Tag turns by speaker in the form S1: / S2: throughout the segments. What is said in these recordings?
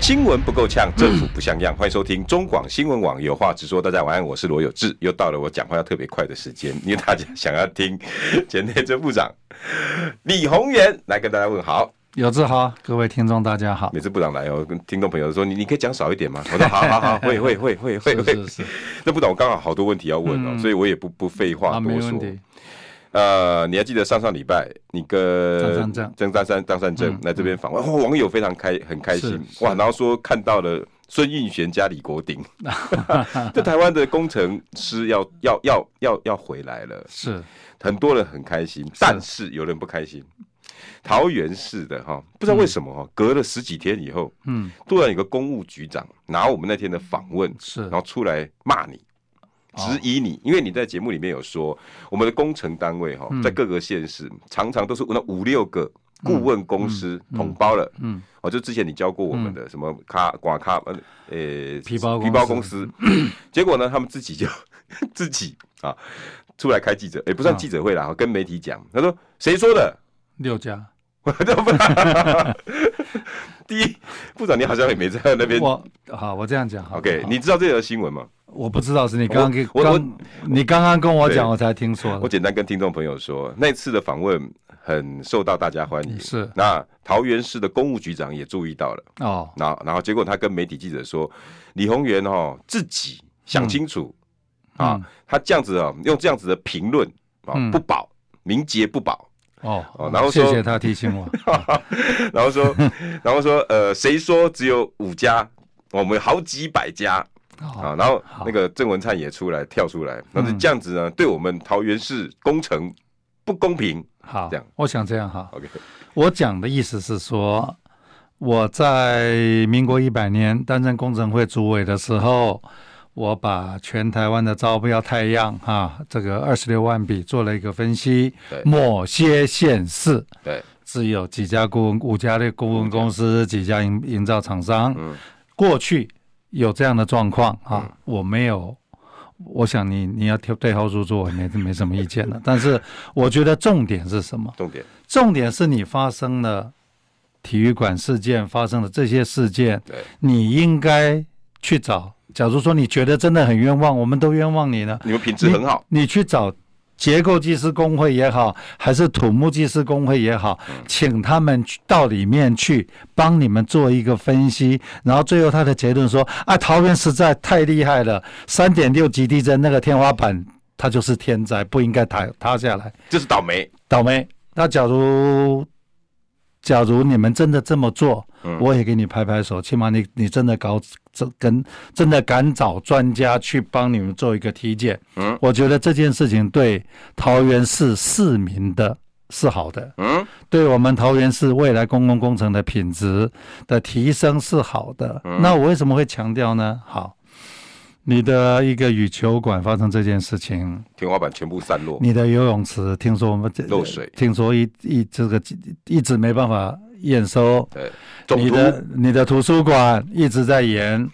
S1: 新闻不够呛，政府不像样。欢迎收听中广新闻网，有话直说。大家晚安，我是罗有志。又到了我讲话要特别快的时间，因为大家想要听 前内政部长李鸿源来跟大家问好。
S2: 有志好，各位听众大家好。
S1: 每次部长来哦，跟听众朋友说，你你可以讲少一点吗？我说好好好，会会会会会
S2: 是
S1: 会。
S2: 是是，
S1: 那部长，我刚好好多问题要问哦，
S2: 嗯
S1: 所以我也不不废话
S2: 啊，没
S1: 多
S2: 问
S1: 说。
S2: 题。
S1: 呃，你还记得上上礼拜你
S2: 张
S1: 跟
S2: 善政
S1: 张三三张三正
S2: 嗯
S1: 来这边访问，哇，网友非常开很开心
S2: 是是
S1: 哇，然后说看到了孙运璇加李国 鼎，这台湾的工程师要要要要要回来了，
S2: 是
S1: 很多人很开心，但是有人不开心。桃园市的哈，不知道为什么哈，隔了十几天以后，
S2: 嗯
S1: 突然有个公务局长拿我们那天的访问，
S2: 是
S1: 然后出来骂你，质疑你，因为你在节目里面有说，我们的工程单位哈，
S2: 嗯
S1: 在各个县市常常都是那五六个顾问公司
S2: 嗯嗯
S1: 统包了，
S2: 嗯
S1: 哦，就之前你教过我们的什么卡瓜卡呃呃
S2: 皮包
S1: 皮
S2: 公司嗯
S1: 包公司，结果呢，他们自己就 自己啊出来开记者，也不算
S2: 啊
S1: 记者会啦，跟媒体讲，他说谁说的？
S2: 六家，
S1: 我都不知道。第一部长，你好像也没在那边。
S2: 我好，我这样讲好了。
S1: OK，
S2: 好
S1: 你知道这则新闻吗？
S2: 我不知道是你刚刚给
S1: 我我
S2: 刚你刚刚跟我讲，
S1: 对
S2: 我才听说
S1: 我
S2: 的。
S1: 简单跟听众朋友说，那次的访问很受到大家欢迎。
S2: 是
S1: 那桃园市的公务局长也注意到了，
S2: 哦，
S1: 然后然后结果他跟媒体记者说，李鸿源哦自己想清楚、
S2: 嗯
S1: 啊，他这样子啊、哦，用这样子的评论啊、
S2: 嗯
S1: 不保，名节不保， 哦
S2: 哦，
S1: 然后
S2: 谢
S1: 说
S2: 谢他提 醒我。
S1: 然后 说然后说呃谁说只有五家，哦我们好几百家
S2: 哦，
S1: 啊，然后
S2: 好嗯
S1: 那个郑文灿也出来跳出来，那是这样子呢，对我们桃园市工程不公平。
S2: 好
S1: 这样，
S2: 我想这样哈。
S1: OK，
S2: 我讲的意思是说，我在民国一百年担任工程会主委的时候，我把全台湾的招标太阳哈、这个二十六万笔做了一个分析
S1: 对，
S2: 某些县市
S1: 对，
S2: 只有几家顾问、五家的顾问公司、几家营营造厂商，
S1: 嗯
S2: 过去有这样的状况啊，我没有。我想你你要对号入座，没没什么意见的。但是我觉得重点是什么？
S1: 重点
S2: 重点是你发生了体育馆事件，发生了这些事件，
S1: 对。
S2: 你应该去找。假如说你觉得真的很冤枉，我们都冤枉你了，
S1: 你们品质很好，
S2: 你去找结构技师工会也好，还是土木技师工会也好，请他们去到里面去帮你们做一个分析，然后最后他的结论说啊，桃园实在太厉害了，三点六级地震那个天花板，它就是天灾，不应该塌塌下来。
S1: 就是倒霉。
S2: 倒霉。那假如假如你们真的这么做，
S1: 嗯
S2: 我也给你拍拍手，起码你你真的搞这跟真的敢找专家去帮你们做一个体检。
S1: 嗯，
S2: 我觉得这件事情对桃园市市民的是好的，
S1: 嗯
S2: 对我们桃园市未来公共工程的品质的提升是好的。
S1: 嗯
S2: 那我为什么会强调呢？好。你的一个羽球馆发生这件事情，
S1: 天花板全部散落。
S2: 你的游泳池听说我们这
S1: 漏水
S2: 听说一一这个一直没办法验收。
S1: 对，总
S2: 你
S1: 督
S2: 的你的图书馆一直在延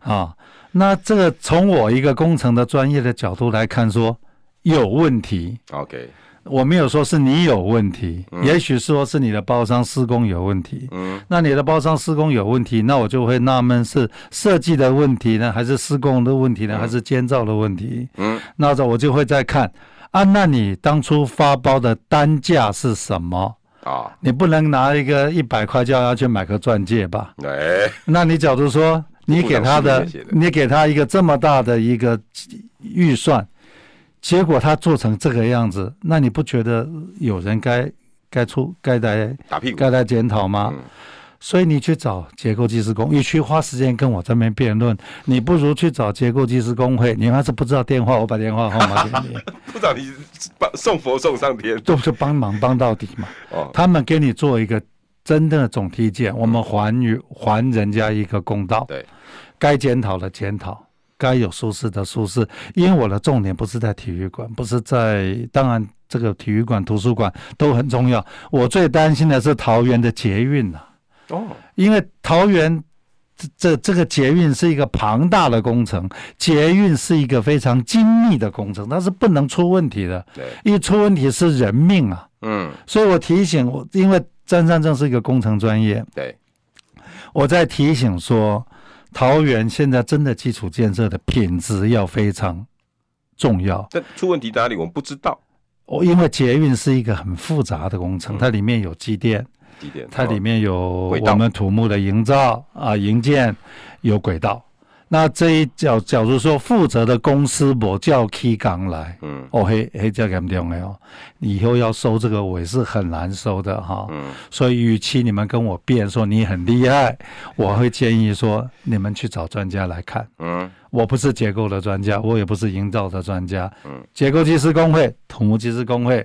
S2: 啊。那这个从我一个工程的专业的角度来看说有问题，
S1: OK，
S2: 我没有说是你有问题，也许说是你的包商施工有问题。
S1: 嗯，
S2: 那你的包商施工有问题，那我就会纳闷是设计的问题呢，还是施工的问题呢，还是监造的问题？
S1: 嗯，
S2: 那我就会再看啊，那你当初发包的单价是什么？
S1: 啊，
S2: 你不能拿一个一百块叫他去买个钻戒吧？
S1: 哎，
S2: 那你假如说你给他的
S1: 部长是这么写的，
S2: 你给他一个这么大的一个预算，结果他做成这个样子，那你不觉得有人该该出该来
S1: 打屁股
S2: 该来检讨吗？
S1: 嗯
S2: 所以你去找结构技师工，与其花时间跟我这边辩论，你不如去找结构技师工会。你要是不知道电话，我把电话号码给你，
S1: 部长你把送佛送上天
S2: 都是帮忙帮到底嘛。
S1: 哦，
S2: 他们给你做一个真正的总体检，我们还于还人家一个公道。
S1: 对，
S2: 该检讨的检讨，该有舒适的舒适。因为我的重点不是在体育馆，不是在，当然这个体育馆、图书馆都很重要。我最担心的是桃园的捷运啊，
S1: 哦，
S2: 因为桃园这这这个捷运是一个庞大的工程，捷运是一个非常精密的工程，它是不能出问题的，
S1: 对，
S2: 一出问题是人命啊。
S1: 嗯，
S2: 所以我提醒我，因为张善正是一个工程专业，
S1: 对，
S2: 我在提醒说，桃园现在真的基础建设的品质要非常重要。
S1: 但出问题哪里我们不知道
S2: 我因为捷运是一个很复杂的工程，
S1: 嗯
S2: 它里面有机电，
S1: 几点？哦
S2: 它里面有
S1: 轨道
S2: 我们土木的营造啊、营建，有轨道。那这一角，假如说负责的公司我叫 K 港来，
S1: 嗯
S2: 哦嘿嘿，这严重的哦，以后要收这个尾是很难收的哈。
S1: 嗯，
S2: 所以，与其你们跟我辩说你很厉害，我会建议说你们去找专家来看。
S1: 嗯
S2: 我不是结构的专家，我也不是营造的专家。
S1: 嗯，
S2: 结构技师工会、土木技师工会，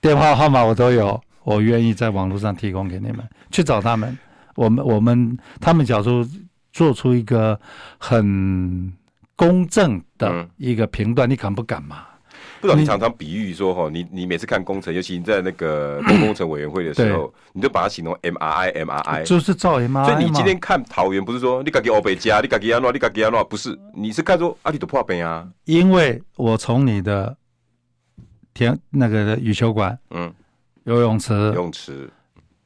S2: 电话号码我都有，我愿意在网络上提供给你们，去找他们。我们我们他们假如做出一个很公正的
S1: 嗯
S2: 一个评断，你敢不敢嘛？
S1: 不知道你
S2: 你
S1: 常常比喻说哈，你你每次看工程，尤其你在那个工工程委员会的时候，你都把它形容 MRI MRI。
S2: 就是照 M I
S1: 所以你今天看桃园，不是说你敢给欧北加，你敢给安诺，你敢给安诺，不是，你是看说啊，你都破病啊，
S2: 因为我从你的田那个羽球馆、
S1: 嗯，
S2: 游泳
S1: 游
S2: 池、
S1: 泳池，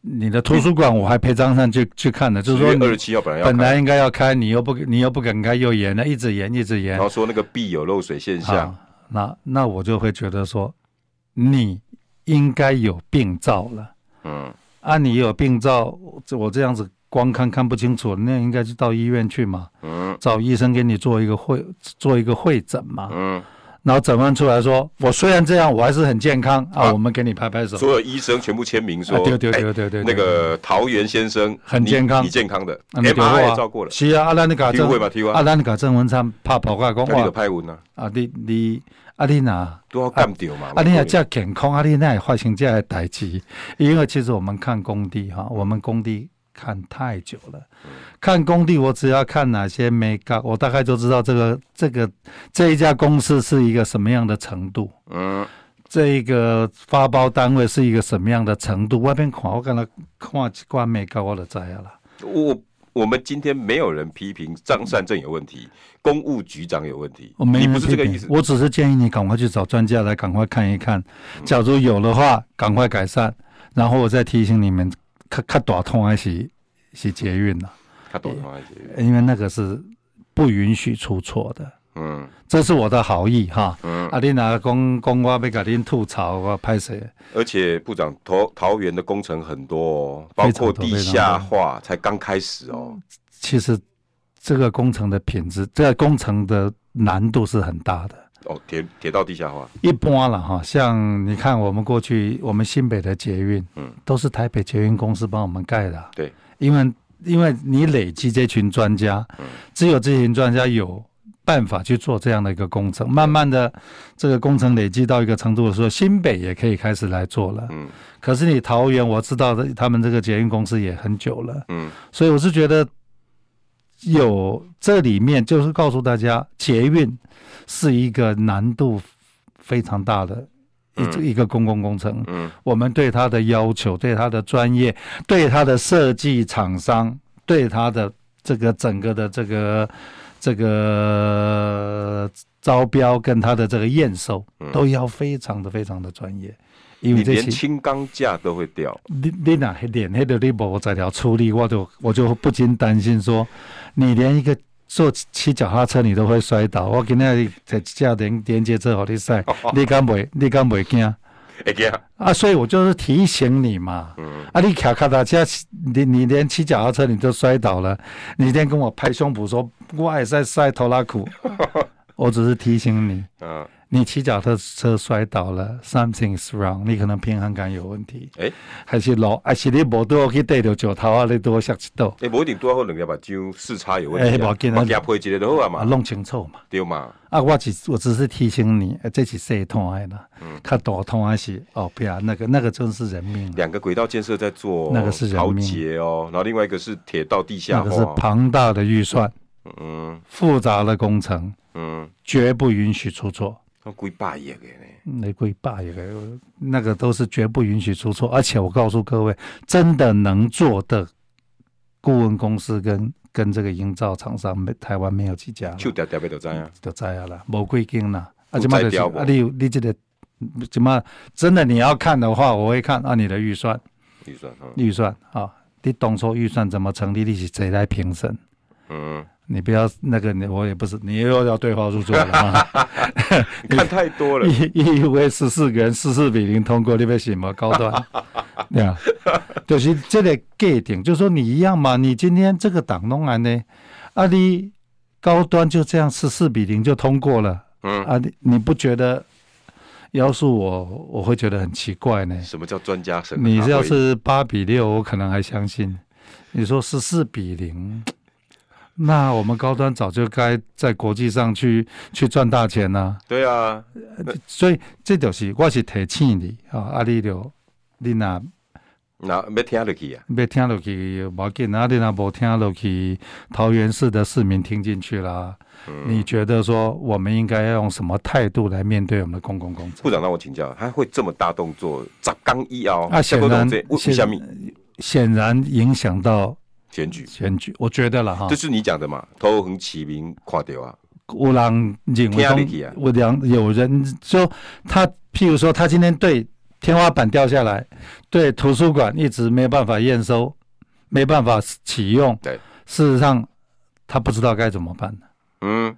S2: 你的图书馆，我还陪张善去去看的，就是说
S1: 二十
S2: 你
S1: 七号本来要
S2: 本
S1: 看，
S2: 来应该要开，你又不你又不敢开，又延了，一直延一直延
S1: 然。后说那个壁有漏水现象
S2: 好，，那那我就会觉得说，你应该有病灶了
S1: 嗯，
S2: 啊！你有病灶，这我这样子光看看不清楚，那应该就到医院去嘛，
S1: 嗯
S2: 找医生给你做一个会做一个会诊嘛。
S1: 嗯，
S2: 然后诊断出来说，我虽然这样，我还是很健康啊。
S1: 啊
S2: 我们给你拍拍手，
S1: 所有医生全部签名说
S2: 啊，，对对
S1: 哎
S2: 对对对，
S1: 那个桃园先生
S2: 很
S1: 你
S2: 健康
S1: 你健康的
S2: 啊你就好啊
S1: ，MRI 也照过了，
S2: 是啊，啊，咱你搞
S1: 体会
S2: 正，
S1: 吧，体会
S2: 啊，
S1: 啊，
S2: 咱你搞郑文灿拍跑过来讲
S1: 那你的
S2: 话，
S1: 拍文啊，
S2: 啊，你你啊，你哪？
S1: 都要干掉嘛，
S2: 啊，你也这健康，啊，你那也发生这样的代志，因为其实我们看工地哈、
S1: 嗯
S2: 我们工地看太久了，看工地我只要看哪些没干，我大概就知道这个这个这一家公司是一个什么样的程度。
S1: 嗯，
S2: 这一个发包单位是一个什么样的程度？外边看我跟他看一挂没搞我就知道了啦。
S1: 我我们今天没有人批评张善政有问题，公务局长有问题，
S2: 我没
S1: 你
S2: 人
S1: 不是这个
S2: 批评
S1: 意思，
S2: 我只是建议你赶快去找专家来赶快看一看，假如有的话赶快改善，然后我再提醒你们，看看短痛还是是捷运了、
S1: 他懂吗？这个
S2: 因为那个是不允许出错的。
S1: 嗯
S2: 这是我的好意哈，
S1: 嗯，
S2: 啊，你若讲讲我要给您吐槽，我拍谁？
S1: 而且部长桃桃园的工程很多哦，包括地下化才刚开始
S2: 嗯
S1: 哦，
S2: 其实这个工程的品质，这个工程的难度是很大的。
S1: 哦，铁铁道地下化，
S2: 一般了哈，像你看我们过去我们新北的捷运，
S1: 嗯，
S2: 都是台北捷运公司帮我们盖的啊、
S1: 对，
S2: 因为因为你累积这群专家，
S1: 嗯
S2: 只有这群专家有办法去做这样的一个工程。慢慢的，这个工程累积到一个程度的时候，新北也可以开始来做了。
S1: 嗯
S2: 可是你桃园，我知道的，他们这个捷运公司也很久了，
S1: 嗯
S2: 所以我是觉得有这里面就是告诉大家，捷运是一个难度非常大的一、
S1: 嗯
S2: 一个公共工程。
S1: 嗯
S2: 我们对它的要求、对它的专业、对它的设计厂商、对它的这个整个的这个这个招标跟它的这个验收，
S1: 嗯，
S2: 都要非常的非常的专业。因
S1: 你
S2: 为这
S1: 连
S2: 些
S1: 轻钢架都会掉，
S2: 你你哪一点黑的你无在条处理，我就我就不禁担心说，你连一个坐骑脚踏车你都会摔倒，我今天在架连连接车给你塞，你敢袂你敢袂惊
S1: 哎呀，
S2: 啊？所以我就是提醒你嘛。
S1: 嗯
S2: 啊！你卡卡达车，你你连骑脚踏车你都摔倒了，你连跟我拍胸脯说我也在晒头拉苦，我只是提醒你，
S1: 嗯，
S2: 你骑脚踏车摔倒了，something is wrong，你可能平衡感有问题。
S1: 哎
S2: 还是老，还是你无多去对着石头啊，你多摔一倒，
S1: 哎，无一定多好两粒目睭视差有问题
S2: 哎
S1: 啊，
S2: 那没要紧啊
S1: 目镜配一个就好啊
S2: 啊，
S1: 嘛，
S2: 弄清楚嘛。
S1: 对嘛，
S2: 啊，我只我只是提醒你，呃这是细痛的啦，较大痛还是后壁那个那个真是人命啊，
S1: 两个轨道建设在做哦，
S2: 那个是人
S1: 桃
S2: 命
S1: 捷哦，然后另外一个是铁道地下
S2: 那
S1: 化
S2: 个是
S1: 哦，
S2: 庞大的预算，
S1: 嗯
S2: 复杂的工程
S1: 嗯，
S2: 绝不允许出错。
S1: 我几百亿的呢，
S2: 玫瑰霸也那个都是绝不允许出错，而且我告诉各位，真的能做的顾问公司跟跟这个营造厂商，没台湾没有几家了，
S1: 手条条要就知啊。
S2: 就知啊啦，无几间啦。啊，
S1: 有
S2: 即马就
S1: 在
S2: 是
S1: 调无
S2: 啊，你有你这个即马真的你要看的话，我会看按、你的预算
S1: 预算嗯哈，
S2: 预算啊，你当初预算怎么成立，你是谁来评审？
S1: 嗯，
S2: 你不要那个，你我也不是，你又要对号入座了啊！
S1: 你看太多了，
S2: 一一为十四个人，十四比零通过，你要什么高 端？对啊，就是这个概念，就说你一样嘛，你今天这个党弄来呢，啊你高端就这样十四比零就通过了，
S1: 嗯，
S2: 啊你你不觉得？要是我，我会觉得很奇怪呢。
S1: 什么叫专家审核大会？
S2: 你要是八比六，我可能还相信。你说十四比零，那我们高端早就该在国际上去去赚大钱了、
S1: 对啊，
S2: 所以这就是我是提醒你啊，啊你就你若
S1: 那要听落去啊，
S2: 要听落去无要紧，啊你若无听落去，桃园市的市民听进去啦。你觉得说我们应该要用什么态度来面对我们的公共工程？
S1: 部长让我请教，他会这么大动作，砸刚一哦，
S2: 啊显然
S1: 这为
S2: 显
S1: 什么
S2: 显然影响到
S1: 选举？
S2: 选举，我觉得了哈
S1: 这。是你讲的嘛？头横起名垮掉啊，
S2: 有人认为
S1: 听
S2: 说
S1: 入去啊
S2: 有人有人说他，譬如说他今天对天花板掉下来，对图书馆一直没有办法验收，没办法启用。
S1: 对，
S2: 事实上他不知道该怎么办，
S1: 嗯，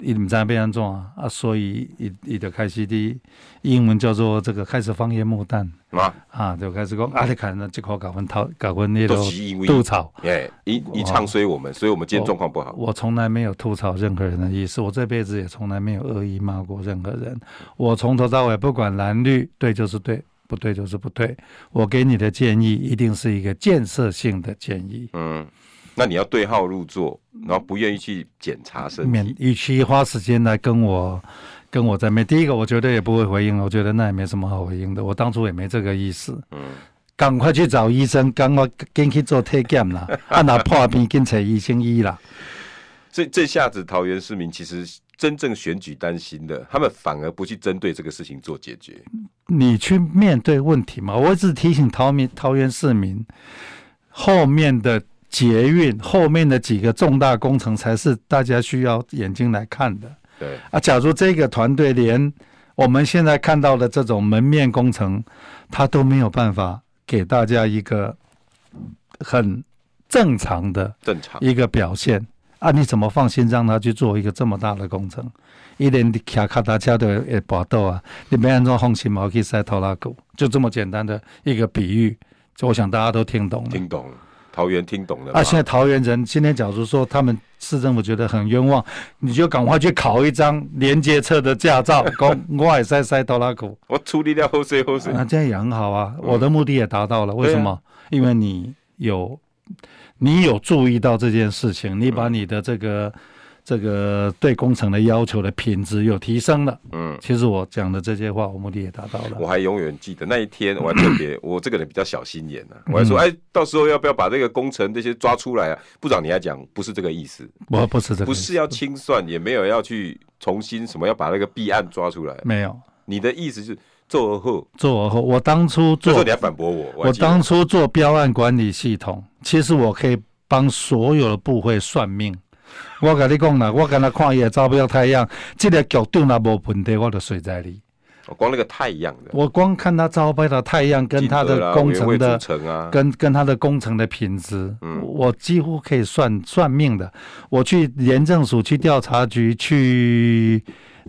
S2: 伊唔知道要安怎啊，啊，所以伊伊就开始的英文叫做这个开始方言木蛋
S1: 嘛，
S2: 啊，就开始讲啊，你看那这块搞分讨搞分那个
S1: 都是因为
S2: 吐槽。
S1: 哎，一一唱衰我们，所以我们今天状况不好。
S2: 我从来没有吐槽任何人的意思，我这辈子也从来没有恶意骂过任何人。我从头到尾不管蓝绿，对就是对，不对就是不对。我给你的建议一定是一个建设性的建议，
S1: 嗯，那你要对号入座，然后不愿意去检查身
S2: 免
S1: 体。
S2: 与其花时间来跟我跟我在面。第一个，我绝对也不会回应了，我觉得那也没什么好回应的。我当初也没这个意思。
S1: 嗯，
S2: 赶快去找医生，赶快赶去做体检啦！啊，那破病紧找医生医啦。
S1: 这这下子桃园市民其实真正选举担心的，他们反而不去针对这个事情做解决。
S2: 你去面对问题嘛。我一直提醒桃民、桃园市民，后面的捷运后面的几个重大工程才是大家需要眼睛来看的
S1: 对，
S2: 啊。假如这个团队连我们现在看到的这种门面工程，他都没有办法给大家一个很正常的
S1: 正常。
S2: 一个表现啊！你怎么放心让他去做一个这么大的工程？一连卡卡达车都会会跋倒啊！你没按照放心毛去塞头拉狗，就这么简单的一个比喻，就我想大家都听懂了。
S1: 听懂了，桃园听懂了吧。
S2: 啊，现在桃园人今天假如说他们市政府觉得很冤枉，你就赶快去考一张连接车的驾照，讲 我也塞塞头拉狗，
S1: 我处理掉后水后水。
S2: 那这样也很好啊。
S1: 嗯
S2: 我的目的也达
S1: 啊
S2: 到了，为什么？因为你有你有注意到这件事
S1: 嗯
S2: 情，你把你的这个、这个对工程的要求的品质有提升了。
S1: 嗯，
S2: 其实我讲的这些话，我目的也达到了。
S1: 我还永远记得那一天，我还特 别，我这个人比较小心眼啊，我还
S2: 嗯
S1: 说，哎，到时候要不要把这个工程这些抓出来啊？部长，你还讲不是这个意思，
S2: 我不是这个，
S1: 不是要清算，也没有要去重新什么要把那个弊案抓出来。
S2: 没有
S1: 你的意思是做而后，
S2: 嗯做我后，我当初
S1: 这时
S2: 做
S1: 候你还反驳我，我还
S2: 我
S1: 记得
S2: 当初做标案管理系统，其实我可以帮所有的部会算命。我跟你讲啦，我跟他看伊的招标太阳，这个局长若无问题，我就水在你。
S1: 我哦光那个太阳的，
S2: 我光看他招标的太阳跟他
S1: 金额
S2: 的
S1: 啦
S2: 工
S1: 委
S2: 程
S1: 员会
S2: 的
S1: 组成啊，嗯
S2: 跟跟他的工程的品质，我几乎可以算算命的。我去廉政署、去调查局、去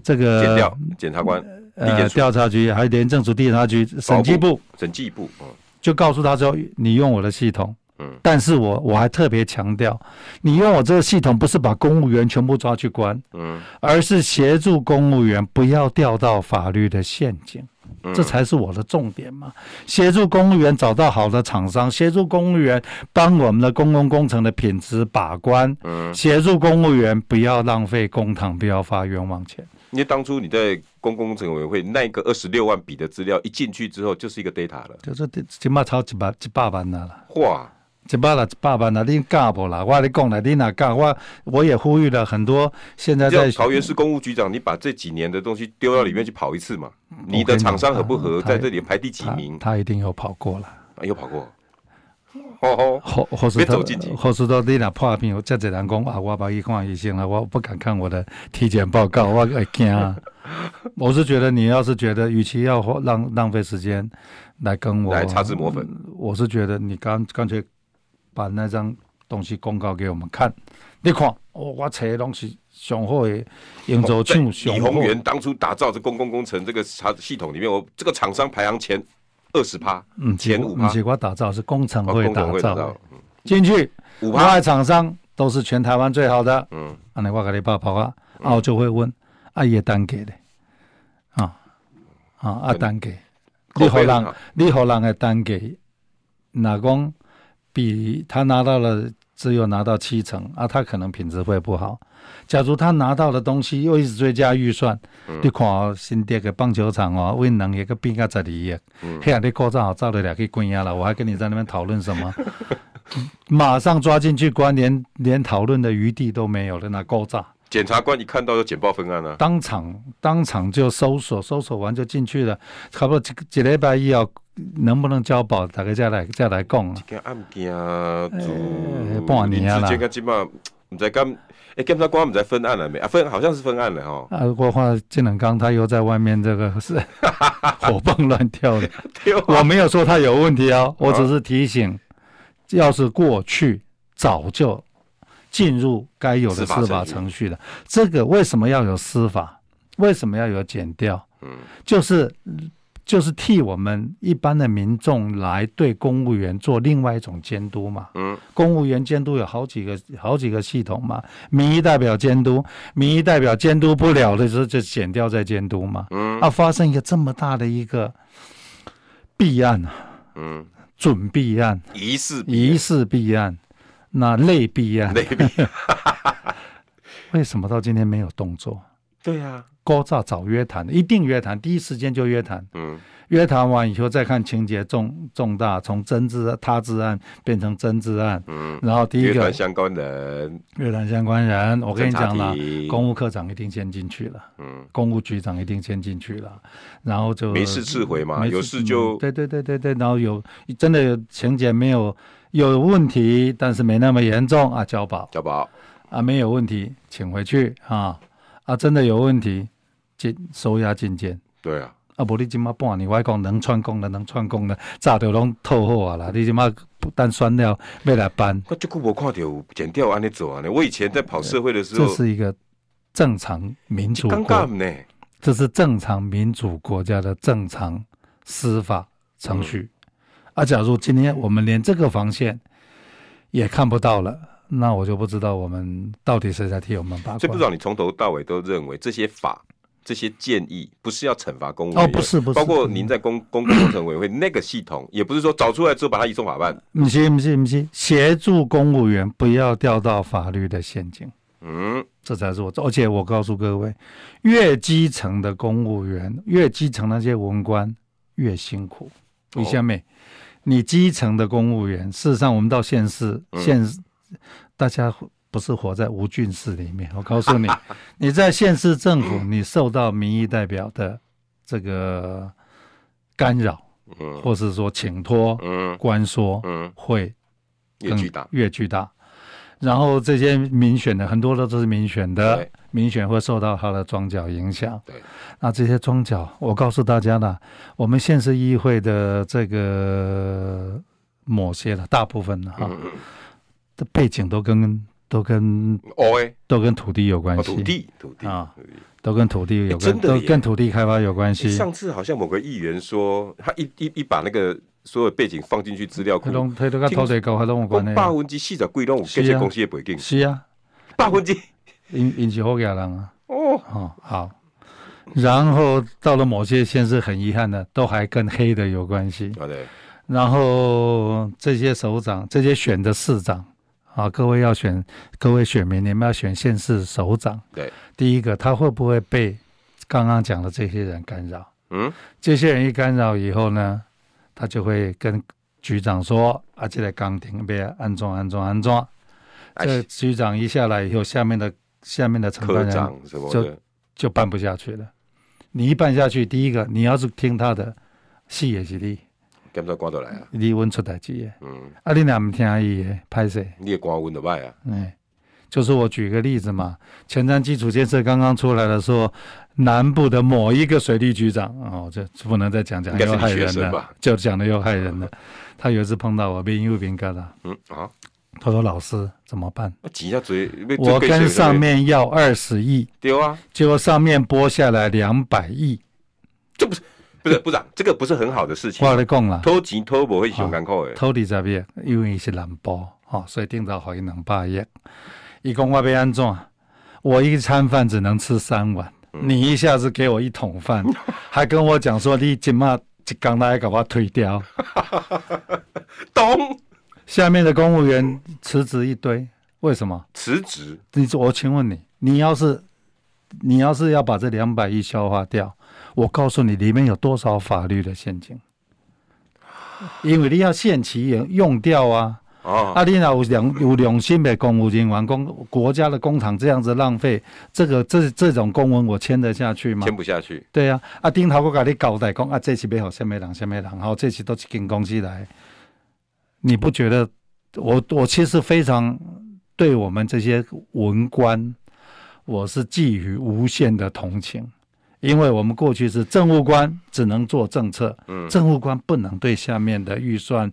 S2: 这
S1: 减
S2: 个
S1: 掉检察官、立
S2: 呃
S1: 检署、
S2: 调查局，还有廉政署、调查局、审计部，
S1: 审计部，嗯
S2: 就告诉他说你用我的系统。
S1: 嗯，
S2: 但是我我还特别强调，你用我这个系统不是把公务员全部抓去关，
S1: 嗯，
S2: 而是协助公务员不要掉到法律的陷阱，这才是我的重点嘛。协助公务员找到好的厂商，协助公务员帮我们的公共工程的品质把关，协助公务员不要浪费公帑，不要发冤枉钱。
S1: 因为当初你在公共工程委员会那个二十六万笔的资料一进去之后，就是一个 data 了，
S2: 就是起码超几百几百万了啦。
S1: 哇，
S2: 一百啦，一百万啦，你教不啦？我跟你讲啦，你哪教我？我也呼吁了很多现在在
S1: 叫桃园市公务局长，你把这几年的东西丢到里面去跑一次嘛？
S2: 嗯
S1: 你的厂商合不合？
S2: 他
S1: 在这里排第几
S2: 他
S1: 名？
S2: 他一定有跑过了。
S1: 啊有跑过？哦吼，
S2: 或或是
S1: 别
S2: 到
S1: 走进去
S2: 或是到你若破病，有遮侪人讲啊，我要去看医生了，啊我不敢看我的体检报告，我会惊啊。我是觉得你要是觉得，与其要花浪浪费时间来跟我
S1: 来擦脂抹粉，
S2: 我是觉得你干干脆把那张东西公告给我们看，你看，哦、我找的拢是上好的扬州
S1: 在
S2: 厂，上
S1: 哦李
S2: 好
S1: 宏源当初打造这公共工程这个查系统里面，我这个厂商排行前二十趴，
S2: 嗯，
S1: 前
S2: 不
S1: 五趴
S2: 不，是我打造，是工程
S1: 哦
S2: 会
S1: 工
S2: 打
S1: 程会打
S2: 造的
S1: 造。
S2: 进去，
S1: 五
S2: 我
S1: 趴
S2: 的，厂商都是全台湾最好的。
S1: 嗯，
S2: 安尼我甲你报报啊，啊我就会问啊伊的单价咧，啊啊啊单价，你互
S1: 口碑很
S2: 人
S1: 好
S2: 你互人的单价，若讲比他拿到了只有拿到七成啊，他可能品质会不好。假如他拿到的东西又一直追加预算，你看哦，新店的棒球场哦，为两亿个变到十二亿，嘿啊，你口罩好早就俩去关押了，我还跟你在那边讨论什么？ 马上抓进去关，连连讨论的余地都没有了，那勾诈。
S1: 检察官一看到就简报分案啊，
S2: 当场当场就搜索，搜索完就进去了，差不多一一礼拜以后能不能交保，大家再来再来讲啊。
S1: 跟案件啊，
S2: 哎
S1: 主
S2: 半年啊
S1: 嗯之
S2: 啦，
S1: 间跟今嘛，唔知干，哎，检察官唔知分案了没？啊，分好像是分案了哦
S2: 啊，我话建能刚他又在外面这个是 活蹦乱跳的，
S1: 对啊
S2: 我没有说他有问题哦，我只是提醒，要是过去早就进入该有的
S1: 司法
S2: 司法
S1: 程序
S2: 程序了，这个为什么要有司法？为什么要有减掉？
S1: 嗯，
S2: 就是就是替我们一般的民众来对公务员做另外一种监督嘛。
S1: 嗯，
S2: 公务员监督有好几个好几个系统嘛，民意代表监督，民意代表监督不了的时候就减掉再监督嘛。
S1: 嗯
S2: 啊，发生一个这么大的一个弊案啊，
S1: 嗯，
S2: 准弊案、
S1: 疑似
S2: 疑似弊案、那类 弊案，
S1: 类比，
S2: 为什么到今天没有动作？
S1: 对啊，
S2: 高照早约谈，一定约谈，第一时间就约谈。
S1: 嗯
S2: 约谈完以后再看情节重重大，从真治他治案变成真治案，
S1: 嗯，
S2: 然后第一
S1: 乐
S2: 个
S1: 团相关人，
S2: 越南相关人，我
S1: 我
S2: 跟你讲了，
S1: 公
S2: 公务科长一定先进去了，
S1: 嗯，
S2: 公务局长一定先进去了，然后就
S1: 没事自毁嘛，
S2: 没
S1: 有事就
S2: 嗯对对对对对，然后有真的有情节没有有问题，但是没那么严重啊，交保
S1: 小宝，
S2: 啊没有问题，请回去啊啊真的有问题，进收押进监。
S1: 对啊，
S2: 啊，无你即马半年，我讲能串供的，能串供的，早就拢套好啊啦。你即马单选了要来办，
S1: 我就久无看到有剪掉安尼做啊呢，我以前在跑社会的时
S2: 这
S1: 候，
S2: 是一个正常民主
S1: 尴尬
S2: 国，
S1: 呢，
S2: 这是正常民主国家的正常司法程序。
S1: 嗯
S2: 啊，假如今天我们连这个防线也看不到了，那我就不知道我们到底谁在替我们把关。
S1: 所以不知道你从头到尾都认为这些法、这些建议不是要惩罚公务员，
S2: 哦，不是不是，
S1: 包括您在公公共工程委员会那个系统，也不是说找出来之后把它移送法办。
S2: 不是不是不是，协助公务员不要掉到法律的陷阱。
S1: 嗯，
S2: 这才是我。而且我告诉各位，越基层的公务员，越基层那些文官越辛苦。
S1: 哦
S2: 为什么？你基层的公务员，事实上我们到县市、
S1: 嗯
S2: 县，大家不是活在无菌室里面。我告 诉你，你在县市政府，你受到民意代表的这个干扰，
S1: 嗯
S2: 或是说请托、
S1: 嗯
S2: 关说，
S1: 嗯，
S2: 会
S1: 越
S2: 更
S1: 巨大，
S2: 越巨大。然后这些民选的很多都是民选的
S1: 对，
S2: 民选会受到它的庄脚影响。
S1: 对，
S2: 那这些庄脚，我告诉大家呢，我们县市议会的这个某些的大部分呢哈，
S1: 嗯，
S2: 的背景都跟都跟
S1: 哦哎，
S2: 都跟土地有关
S1: 哦
S2: 系，
S1: 土地土地
S2: 啊
S1: 土地
S2: 都跟土地
S1: 诶
S2: 有
S1: 真
S2: 关，
S1: 的
S2: 都
S1: 耶
S2: 跟土地开发有关
S1: 诶
S2: 系。
S1: 上次好像某个议员说，他一一一把那个所有背景放进去资料库
S2: 黑，龙黑龙跟土地搞黑龙有关
S1: 讲百
S2: 系。
S1: 分之四十几拢有
S2: 是啊
S1: 这些公司的背景，
S2: 是啊，
S1: 百分之
S2: 因因是好家人啊。
S1: 哦，
S2: 哦，好。然后到了某些县市，很遗憾的，都还跟黑的有关系。
S1: 好的，
S2: 然后这些首长，这些选的市长啊，各位要选，各位选民，你们要选县市首长。
S1: 对，
S2: 第一个，他会不会被刚刚讲的这些人干扰？
S1: 嗯，
S2: 这些人一干扰以后呢，他就会跟局长说啊，这个岗亭被安装安装安装，
S1: 哎
S2: 这局长一下来以后，下面的下面的承
S1: 科
S2: 办人
S1: 长什么
S2: 就
S1: 的，
S2: 就办不下去了。你一办下去，第一个你要是听他的，戏也是你，
S1: 检察官都来啊，
S2: 你问出代志的，
S1: 嗯，
S2: 啊，你若唔听伊的，拍谁？
S1: 你的官温的歹啊，
S2: 哎，就是我举个例子嘛，前瞻基础建设刚刚出来的时候，南部的某一个水利局长，哦，这这不能再讲讲
S1: 应该是
S2: 又害
S1: 你学
S2: 人
S1: 生吧
S2: 了，就讲的又害人了。他有一次碰到我，边右边疙瘩，
S1: 嗯啊，
S2: 他说：“老师怎么办？
S1: 我挤一下嘴，要
S2: 我
S1: 做
S2: 跟
S1: 计算
S2: 上面要二十亿，
S1: 对啊，
S2: 结果上面拨下来两百亿，
S1: 这不是不是部长，这个不是很好的事情
S2: 我，跟你讲啦，
S1: 偷钱偷无会上艰苦 的，
S2: 偷二十亿，因为伊是南部，哦，所以定早给伊两百亿。伊讲我要安怎？我一餐饭只能吃三碗，你一下子给我一桶饭， 还跟我讲说你今嘛一刚来给我推掉。
S1: 懂
S2: 下面的公务员辞职一堆，为什么？
S1: 辞职，
S2: 你说我请问你，你要是你要是要把这两百亿消化掉，我告诉你里面有多少法律的陷阱，因为你要限期用用掉啊。
S1: 哦，
S2: 啊，你若有良有良心的公务人员，公国家的工厂这样子浪费，这个这这种公文我签得下去吗
S1: 签？不下去，
S2: 对啊，啊，顶头我甲你交代讲啊，这是要互什么人，什么人，好，这是都一间公司来的，你不觉得？我我其实非常对我们这些文官，我是寄予无限的同情，因为我们过去是政务官只能做政策，
S1: 嗯，
S2: 政务官不能对下面的预算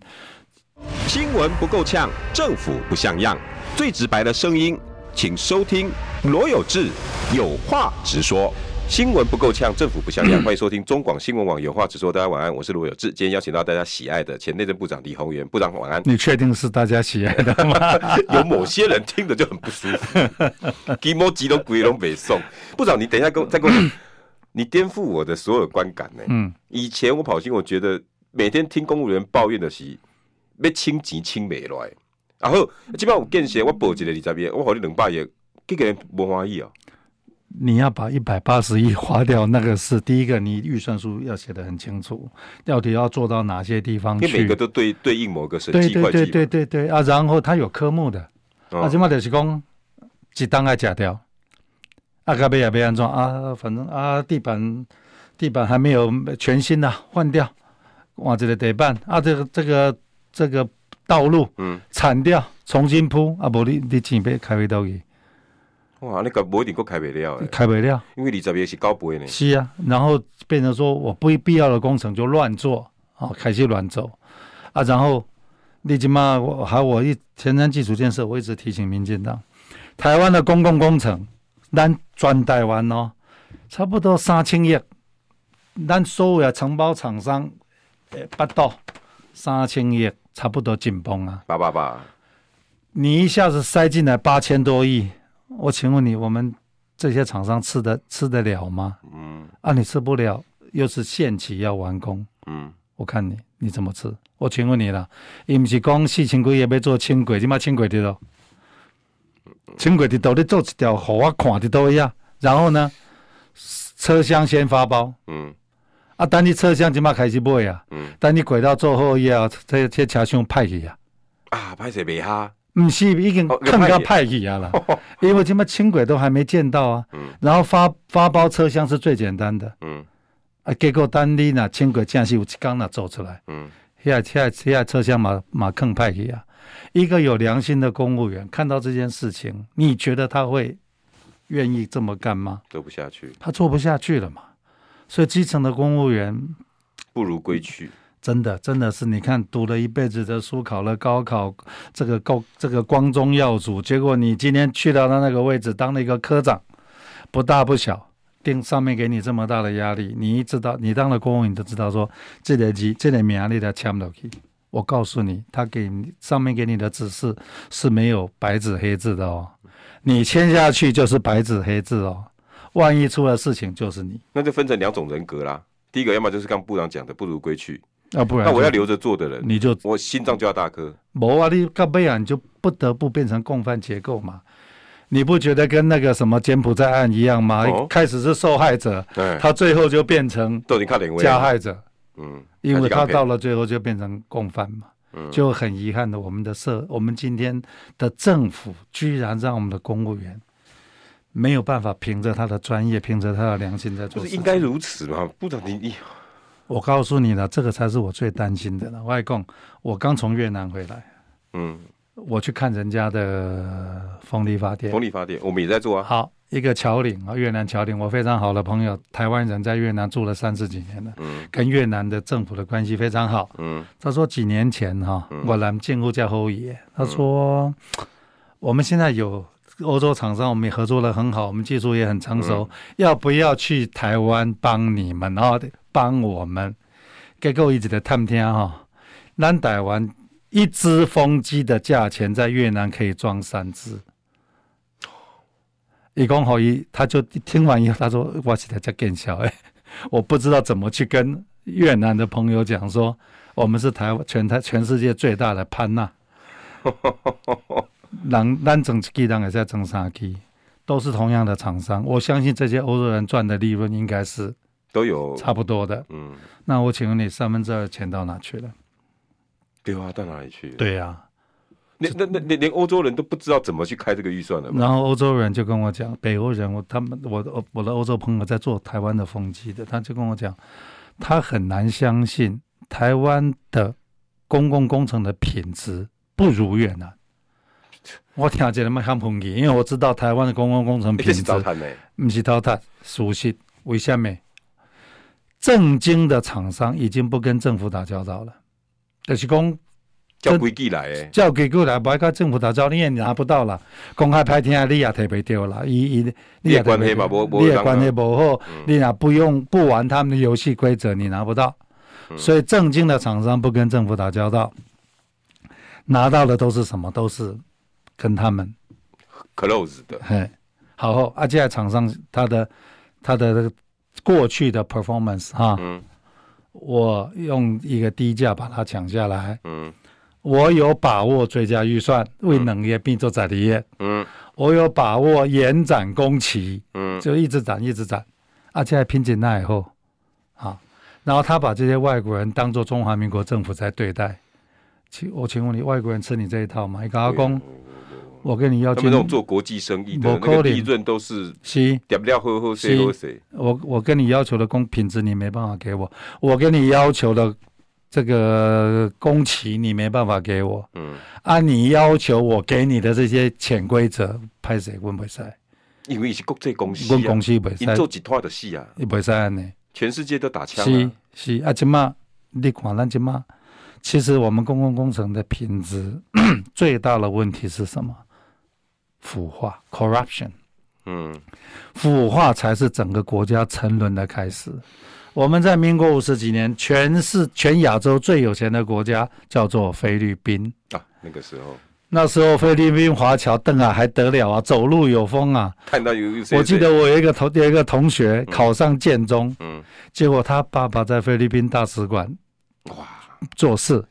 S1: 新闻不够呛，政府不像样，最直白的声音，请收听罗有志有话直说。新闻不够呛，政府不像样。欢迎收听中广新闻网有话直说。大家晚安，我是罗有志。今天邀请到大家喜爱的前内政部长李鸿源部长，晚安。
S2: 你确定是大家喜爱的吗？
S1: 有某些人听着就很不舒服， 鸡毛鸡都鬼都没送。部长，你等一下 跟我再跟我讲，你颠覆我的所有观感呢、
S2: 嗯，
S1: 以前我跑新闻，我觉得每天听公务员抱怨的是要清钱清袂来，啊然后即摆有见识，我报一个二十页，我给你两百页，这个人无欢喜哦。
S2: 你要把一百八十亿花掉，那个是第一个，你预算书要写得很清楚，到底要做到哪些地方
S1: 因为每
S2: 去
S1: 个？都对对应某个审
S2: 对
S1: 计会
S2: 对
S1: 计
S2: 对对
S1: 嘛，
S2: 对对啊！然后它有科目的，啊，
S1: 哦
S2: 即嘛就是讲，一档爱假掉，啊，该被也被安装啊，反正啊，地板地板还没有全新的、换掉，哇，这个得办啊，这个这个这个道路
S1: 嗯，
S2: 铲掉，重新铺啊，无你你钱被开袂到去，
S1: 哇，那个无一定够开袂了的，
S2: 开袂了。
S1: 因为二十页是高倍呢。
S2: 是啊，然后变成说我不必要的工程就乱做，啊，开始乱走啊，然后你即嘛，我还有我一前瞻基础建设，我一直提醒民进党，台湾的公共工程，咱全台湾哦，差不多三千亿，咱所有的承包厂商，呃，不到三千亿，差不多紧绷啊。
S1: 八八八，
S2: 你一下子塞进来八千多亿，我请问你，我们这些厂商吃得吃得了吗？
S1: 嗯
S2: 啊，你吃不了，又是限期要完工，
S1: 嗯，
S2: 我看你你怎么吃？我请问你啦，伊毋是讲四千几也要做轻轨，即马轻轨伫咯，轻轨伫倒你做一条，互我看伫倒呀。然后呢，车厢先发包，
S1: 嗯
S2: 啊，等你车厢即马开始买啊，
S1: 嗯
S2: 等你轨道做好以后，这这车厢歹去啊，
S1: 啊，拍谁袂哈？
S2: 毋是已经
S1: 哦
S2: 更加歹去啊啦，因为即马轻轨都还没见到啊
S1: 嗯，
S2: 然后发发包车厢是最简单的。
S1: 嗯
S2: 啊，结果等你若经过正是有一天若做出来，
S1: 嗯
S2: 遐遐遐车厢嘛嘛更派去啊！一个有良心的公务员看到这件事情，你觉得他会愿意这么干吗？
S1: 做不下去，
S2: 他做不下去了嘛。所以基层的公务员
S1: 不如归去。
S2: 真的真的是，你看读了一辈子的书，考了高考，这个高这个光宗耀祖，结果你今天去到他那个位置，当了一个科长，不大不小，定上面给你这么大的压力，你一知道，你当了公务员，你就知道说，这个级这个名你的签不下去。我告诉你，他给你上面给你的指示是没有白纸黑字的哦，你签下去就是白纸黑字哦，万一出了事情就是你，
S1: 那就分成两种人格啦。第一个，要么就是刚部长讲的不如归去，
S2: 要不然
S1: 那
S2: 就
S1: 我要留着做的人，
S2: 你就
S1: 我心脏就要大颗。
S2: 无啊，你到尾啊，你就不得不变成共犯结构嘛。你不觉得跟那个什么柬埔寨案一样吗？
S1: 哦
S2: 一开始是受害者，
S1: 哎，
S2: 他最后就变成
S1: 都已经看脸位
S2: 加，害者，
S1: 嗯，
S2: 因为
S1: 还是
S2: 他
S1: 港片
S2: 到了最后就变成共犯嘛。
S1: 嗯
S2: 就很遗憾的，我们的社，我们今天的政府居然让我们的公务员没有办法凭着他的专业，凭着他的良心在做
S1: 就
S2: 事
S1: 是
S2: 情。
S1: 应该如此嘛？部长，你你
S2: 我告诉你了，这个才是我最担心的了。外公，我刚从越南回来，
S1: 嗯，
S2: 我去看人家的风力发电，
S1: 风力发电我们也在做啊，
S2: 好，一个侨领啊，越南侨领，我非常好的朋友，台湾人在越南住了三十几年了，
S1: 嗯
S2: 跟越南的政府的关系非常好。
S1: 嗯
S2: 他说几年前哈、我来进入叫后野，他说、我们现在有欧洲厂商，我们也合作的很好，我们技术也很成熟，
S1: 嗯
S2: 要不要去台湾帮你们啊、帮我们？结果一直在探听哈、咱台湾一只风机的价钱在越南可以装三只。一共好一，他就听完以后，他说：“我实在在更小哎， 我不知道怎么去跟越南的朋友讲说，我们是台湾全台全世界最大的潘娜，人咱整支人也在整三支，都是同样的厂商，我相信这些欧洲人赚的利润应该是
S1: 都有，
S2: 差不多的。
S1: 嗯，
S2: 那我请问你，三分之二钱到哪去了？
S1: 对啊，到哪里去？
S2: 对呀、
S1: 连那那连连欧洲人都不知道怎么去开这个预算了嘛。
S2: 然后欧洲人就跟我讲，北欧人，我他们我的我的欧洲朋友在做台湾的风机的，他就跟我讲，他很难相信台湾的公共工程的品质不如越南。我啊听见他们喊抨击，因为我知道台湾的公共工程
S1: 欸
S2: 品
S1: 这是
S2: 质
S1: 糟蹋呢，
S2: 不是淘汰，熟悉为什么？正经的厂商已经不跟政府打交道了，就是讲
S1: 叫
S2: 真
S1: 规矩来诶。
S2: 叫给过来，不爱跟政府打交道，你也拿不到啦。公开拍天啊，你也摕不到啦。伊伊
S1: 你也关系嘛无无
S2: 你
S1: 人
S2: 也
S1: 啊
S2: 关系不好，你也不用不玩他们的游戏规则，你拿不到。
S1: 嗯
S2: 所以正经的厂商不跟政府打交道，拿到的都是什么？都是跟他们
S1: close 的，
S2: 嘿，好后啊，现在厂商他的他的过去的 performance 哈，
S1: 嗯
S2: 我用一个低价把它抢下来，
S1: 嗯
S2: 我有把握追加预算，为能业并做展的业，
S1: 嗯
S2: 我有把握延展工期，
S1: 嗯，
S2: 就一直展一直展，而且还拼紧那以后，啊，然后他把这些外国人当做中华民国政府在对待。请我请问你，外国人吃你这一套吗？一个阿公，
S1: 啊
S2: 我跟你要
S1: 他们
S2: 进
S1: 那种做国际生意的
S2: 不
S1: 那
S2: 可
S1: 个
S2: 能
S1: 利润都是
S2: 西。
S1: 点不了喝喝谁喝谁，
S2: 我我跟你要求的工品质你没办法给我，我跟你要求的这个工期你没办法给我，
S1: 嗯，
S2: 按你要求我给你的这些潜规则，拍谁问不赛，
S1: 因为是国际公司
S2: 问
S1: 啊
S2: 公，司不
S1: 因
S2: 赛，
S1: 做几套的戏啊，
S2: 你不赛按呢？
S1: 全世界都打枪
S2: 是
S1: 啊，
S2: 是啊，今嘛你看咱今嘛，其实我们公共工程的品质 最大的问题是什么？腐化 （corruption）。
S1: 嗯
S2: 腐化才是整个国家沉沦的开始。我们在民国五十几年，全是全亚洲最有钱的国家叫做菲律宾。
S1: 啊，那个时候
S2: 那时候菲律宾华侨邓啊还得了啊，走路有风啊！
S1: 看到有有谁，
S2: 我记得我有一个同有一个同学考上建中，
S1: 嗯
S2: 结果他爸爸在菲律宾大使馆
S1: 哇，
S2: 做事，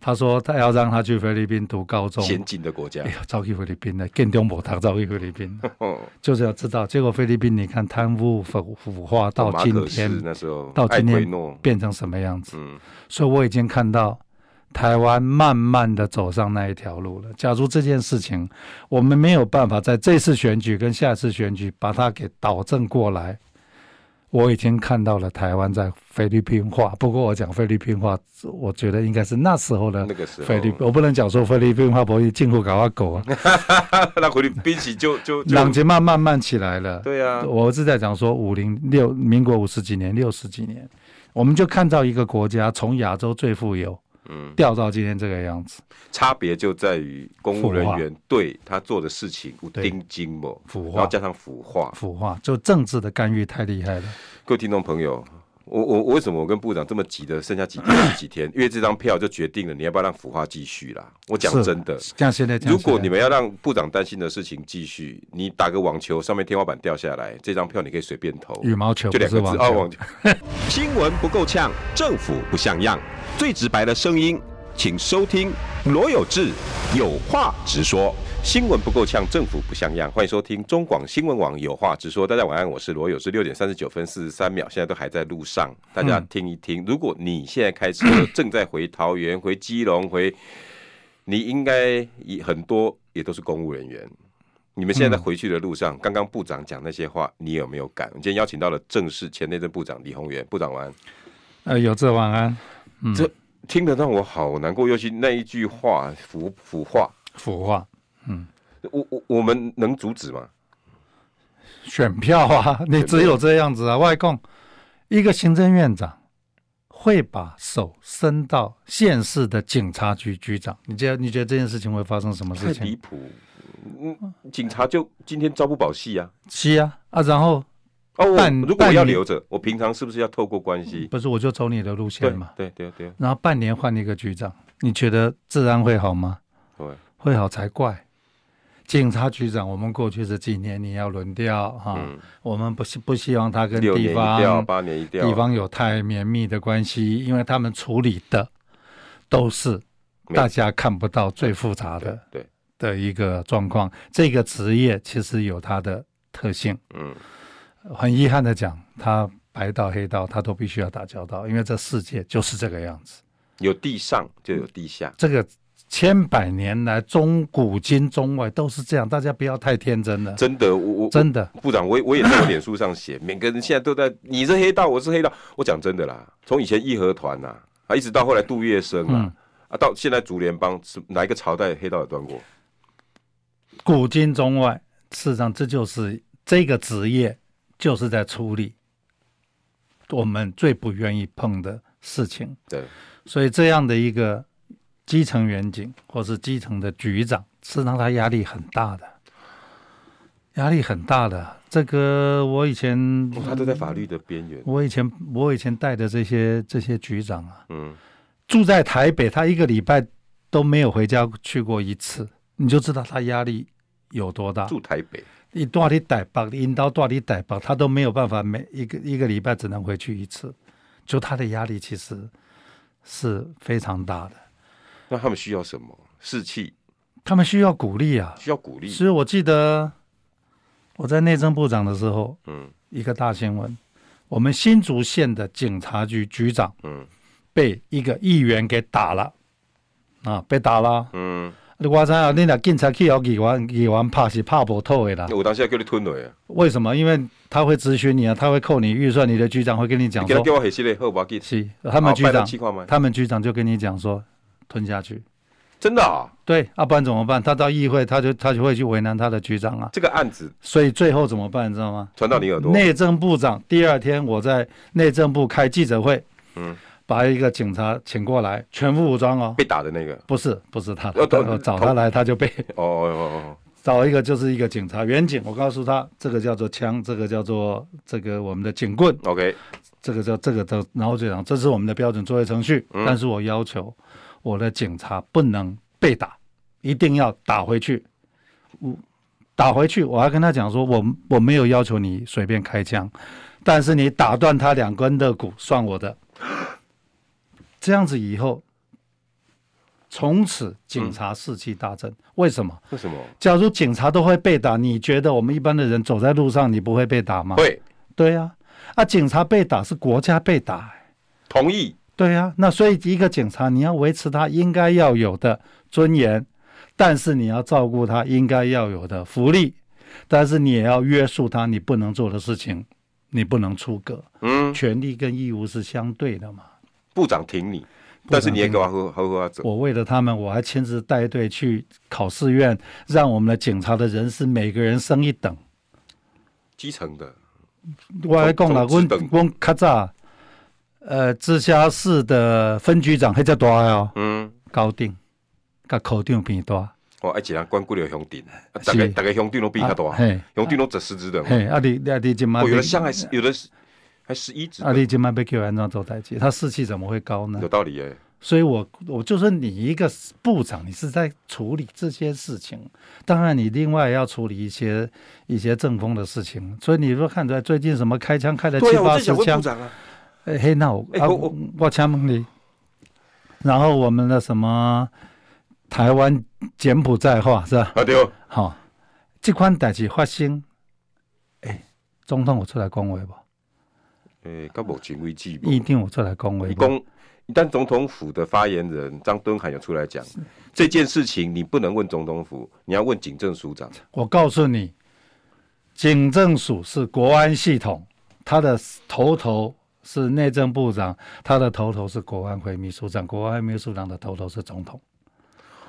S2: 他说他要让他去菲律宾读高中。
S1: 先进的国家
S2: 哎，呀，早去菲律宾了，建中无读，早去菲 律宾了，
S1: 哦，
S2: 就是要知道。结果菲律宾，你看贪污腐腐化到
S1: 马
S2: 今
S1: 可仕
S2: 天，
S1: 那时候
S2: 到
S1: 艾
S2: 今
S1: 奎
S2: 天
S1: 诺，
S2: 变成什么样子。
S1: 嗯
S2: 所以我已经看到台湾慢慢的走上那一条路了。假如这件事情我们没有办法在这次选举跟下次选举把它给导正过来，我已经看到了台湾在菲律宾化。不过我讲菲律宾化，我觉得应该是那时候的
S1: 那个时候
S2: 菲律宾，我不能讲说菲律宾化不会进口搞啊狗啊，
S1: 那菲律宾起就就就
S2: 浪慢慢慢起来了。
S1: 对啊，
S2: 我是在讲说五零六民国五十几年六十几年，我们就看到一个国家从亚洲最富有，
S1: 嗯，
S2: 掉到今天这个样子，
S1: 差别就在于公务
S2: 腐
S1: 人
S2: 化
S1: 员对他做的事情有
S2: 对
S1: 盯紧不，
S2: 腐
S1: 然后
S2: 化
S1: 加上腐化，
S2: 腐化，就政治的干预太厉害了。
S1: 各位听众朋友，我我我为什么我跟部长这么急的？剩下几 天几天，因为这张票就决定了你要不要让腐化继续啦。我讲
S2: 是
S1: 真的，
S2: 像现在这样啊
S1: 如
S2: 起来，
S1: 果你们要让部长担心的事情继续，你打个网球上面天花板掉下来，这张票你可以随便投，
S2: 羽毛球
S1: 就
S2: 不
S1: 两
S2: 是
S1: 个
S2: 网
S1: 字哦，
S2: 球
S1: 网，球。
S3: 新闻不够呛，政府不像样，最直白的声音，请收听罗有志有话直说。
S1: 新闻不够呛，政府不像样。欢迎收听中广新闻网有话直说。大家晚安，我是罗有志。六点三十九分四十三秒，现在都还在路上，大家听一听。如果你现在开车正在回桃园、回基隆、回，你应该也很多也都是公务人员。你们现
S2: 嗯
S1: 在在回去的路上，刚刚部长讲那些话，你有没有感？我今天邀请到了正式前内政部长李鸿源，部长晚安。
S2: 呃，有志晚安，
S1: 这听得让我好难过，尤其那一句话腐腐化，
S2: 腐化
S1: 我我我们能阻止吗？
S2: 选票啊，你只有这样子啊，外公，一个行政院长会把手伸到县市的警察局局长，你觉得你觉得这件事情会发生什么
S1: 太
S2: 事
S1: 离
S2: 情？
S1: 谱！嗯，警察就今天招不保系啊。
S2: 是啊啊，然后
S1: 哦，我
S2: 半
S1: 如果我要
S2: 半年
S1: 留着，我平常是不是要透过关系？
S2: 不是我就走你的路
S1: 对
S2: 嗯线嘛，
S1: 对对对
S2: 然后半年换一个局长，你觉得治安会好吗？
S1: 对，
S2: 会好才怪。警察局长，我们过去是几年你要轮调哈，
S1: 嗯
S2: 我们不希不希望他跟
S1: 六年
S2: 地
S1: 一调，
S2: 方
S1: 八年一调，
S2: 地方有太绵密的关系，因为他们处理的都是
S1: 没
S2: 大家看不到最复杂
S1: 对
S2: 的
S1: 对，
S2: 的一个状况。这个职业其实有它的特性，
S1: 嗯，
S2: 很遗憾的讲，他白道黑道他都必须要打交道，因为这世界就是这个样子。
S1: 有地上就有地下，
S2: 这个千百年来，中古今中外都是这样，大家不要太天真了，
S1: 真的，我我
S2: 真的。
S1: 部长，我也我也在我脸书上写， 每个人现在都在，你是黑道，我是黑道。我讲真的啦，从以前义和团呐、啊，一直到后来杜月笙啊，
S2: 嗯
S1: 啊，到现在竹联帮，是哪一个朝代黑道有断过？
S2: 古今中外，事实上这就是这个职业就是在处理我们最不愿意碰的事情，
S1: 对，
S2: 所以这样的一个基层员警或是基层的局长，事实上他压力很大的。压力很大的，这个我以前
S1: 哦他都在法律的边缘。
S2: 我以前我以前带的这些这些局长啊，
S1: 嗯，
S2: 住在台北，他一个礼拜都没有回家去过一次，你就知道他压力有多大。
S1: 住台北，
S2: 你多里逮把，你引导多里逮把，他都没有办法，每一个一个礼拜只能回去一次，就他的压力其实是非常大的。
S1: 那他们需要什么？士气，
S2: 他们需要鼓励啊，
S1: 需要鼓励。
S2: 所以我记得我在内政部长的时候，
S1: 嗯
S2: 一个大新闻，我们新竹县的警察局局长
S1: 嗯
S2: 被一个议员给打了，啊，被打了。
S1: 嗯，
S2: 我知啊，你若警察去有议员，议员怕是怕不透的啦。
S1: 我当下叫你吞啊了呀，
S2: 为什么？因为他会咨询你啊，他会扣你预算，你的局长会跟你
S1: 你
S2: 讲
S1: 给他
S2: 说，
S1: 掉我黑系列后吧，给
S2: 是他
S1: 哦
S2: 们局长，
S1: 气矿吗？
S2: 他们局长就跟你讲说，吞下去。
S1: 真的啊，
S2: 对，要、不然怎么办？他到议会，他就他就会去为难他的局长啊。
S1: 这个案子
S2: 所以最后怎么办，你知道吗？
S1: 传到你耳朵，
S2: 内政部长第二天我在内政部开记者会，
S1: 嗯，
S2: 把一个警察请过来，全副武装哦，
S1: 被打的那个，
S2: 不是不是他，
S1: 哦同
S2: 我找他来他就被
S1: 哦哦哦
S2: 找一个就是一个警察远警，我告诉他这个叫做枪，这个叫做这个我们的警棍，
S1: 哦，OK，
S2: 这个叫这个叫，然后就讲这是我们的标准作业程序，但是我要求我的警察不能被打，一定要打回去。我打回去，我还跟他讲说，我我没有要求你随便开枪，但是你打断他两根肋骨算我的。这样子以后，从此警察士气大振。为什么？
S1: 为什 么
S2: 假如警察都会被打，你觉得我们一般的人走在路上，你不会被打吗？
S1: 会
S2: 对呀、啊，啊，警察被打是国家被打、哎
S1: 同意？
S2: 对呀、那所以一个警察你要维持他应该要有的尊严，但是你要照顾他应该要有的福利，但是你也要约束他你不能做的事情，你不能出格。
S1: 嗯，
S2: 权利跟义务是相对的嘛。
S1: 部长挺你，但是你也给我喝喝喝喝走，
S2: 我为了他们，我还亲自带队去考试院，让我们的警察的人士每个人升一等。
S1: 基层的，
S2: 我来讲啦，
S1: 总
S2: 阮
S1: 总职
S2: 阮较早，呃，直辖市的分局长迄只大的哦，
S1: 嗯，
S2: 高定，甲科长变大，
S1: 我爱一人管顾了乡镇，啊大概
S2: 是
S1: 大概乡镇都比他
S2: 啊
S1: 大，
S2: 嘿，
S1: 乡镇都十四只的，
S2: 嘿，啊你啊你今麦
S1: 哦，有的乡还是有的是还十一只的
S2: 啊，你今麦被叫安怎做代志，他士气怎么会高呢
S1: 有？道理哎，
S2: 所以我我就说你一个部长，你是在处理这些事情，当然你另外要处理一些一些政风的事情，所以你若看出来最近什么开枪开了七
S1: 对呀，啊我
S2: 八
S1: 在
S2: 十
S1: 想问
S2: 枪
S1: 部，长啊，
S2: 哎嘿，那我、
S1: 哎
S2: 啊、
S1: 我
S2: 我我请问你，然后我们的什么台湾柬埔寨话是吧？
S1: 啊对，
S2: 吼、即款代志发生，诶、总统有出来讲话无？
S1: 诶，到目前为止，
S2: 议定有出来讲话
S1: 以
S2: 无？
S1: 公，但总统府的发言人张敦涵有出来讲这件事情，你不能问总统府，你要问警政署长。
S2: 我告诉你，警政署是国安系统，它的头头是内政部长，它的头头是国安会秘书长，国安会秘书长的头头是总统。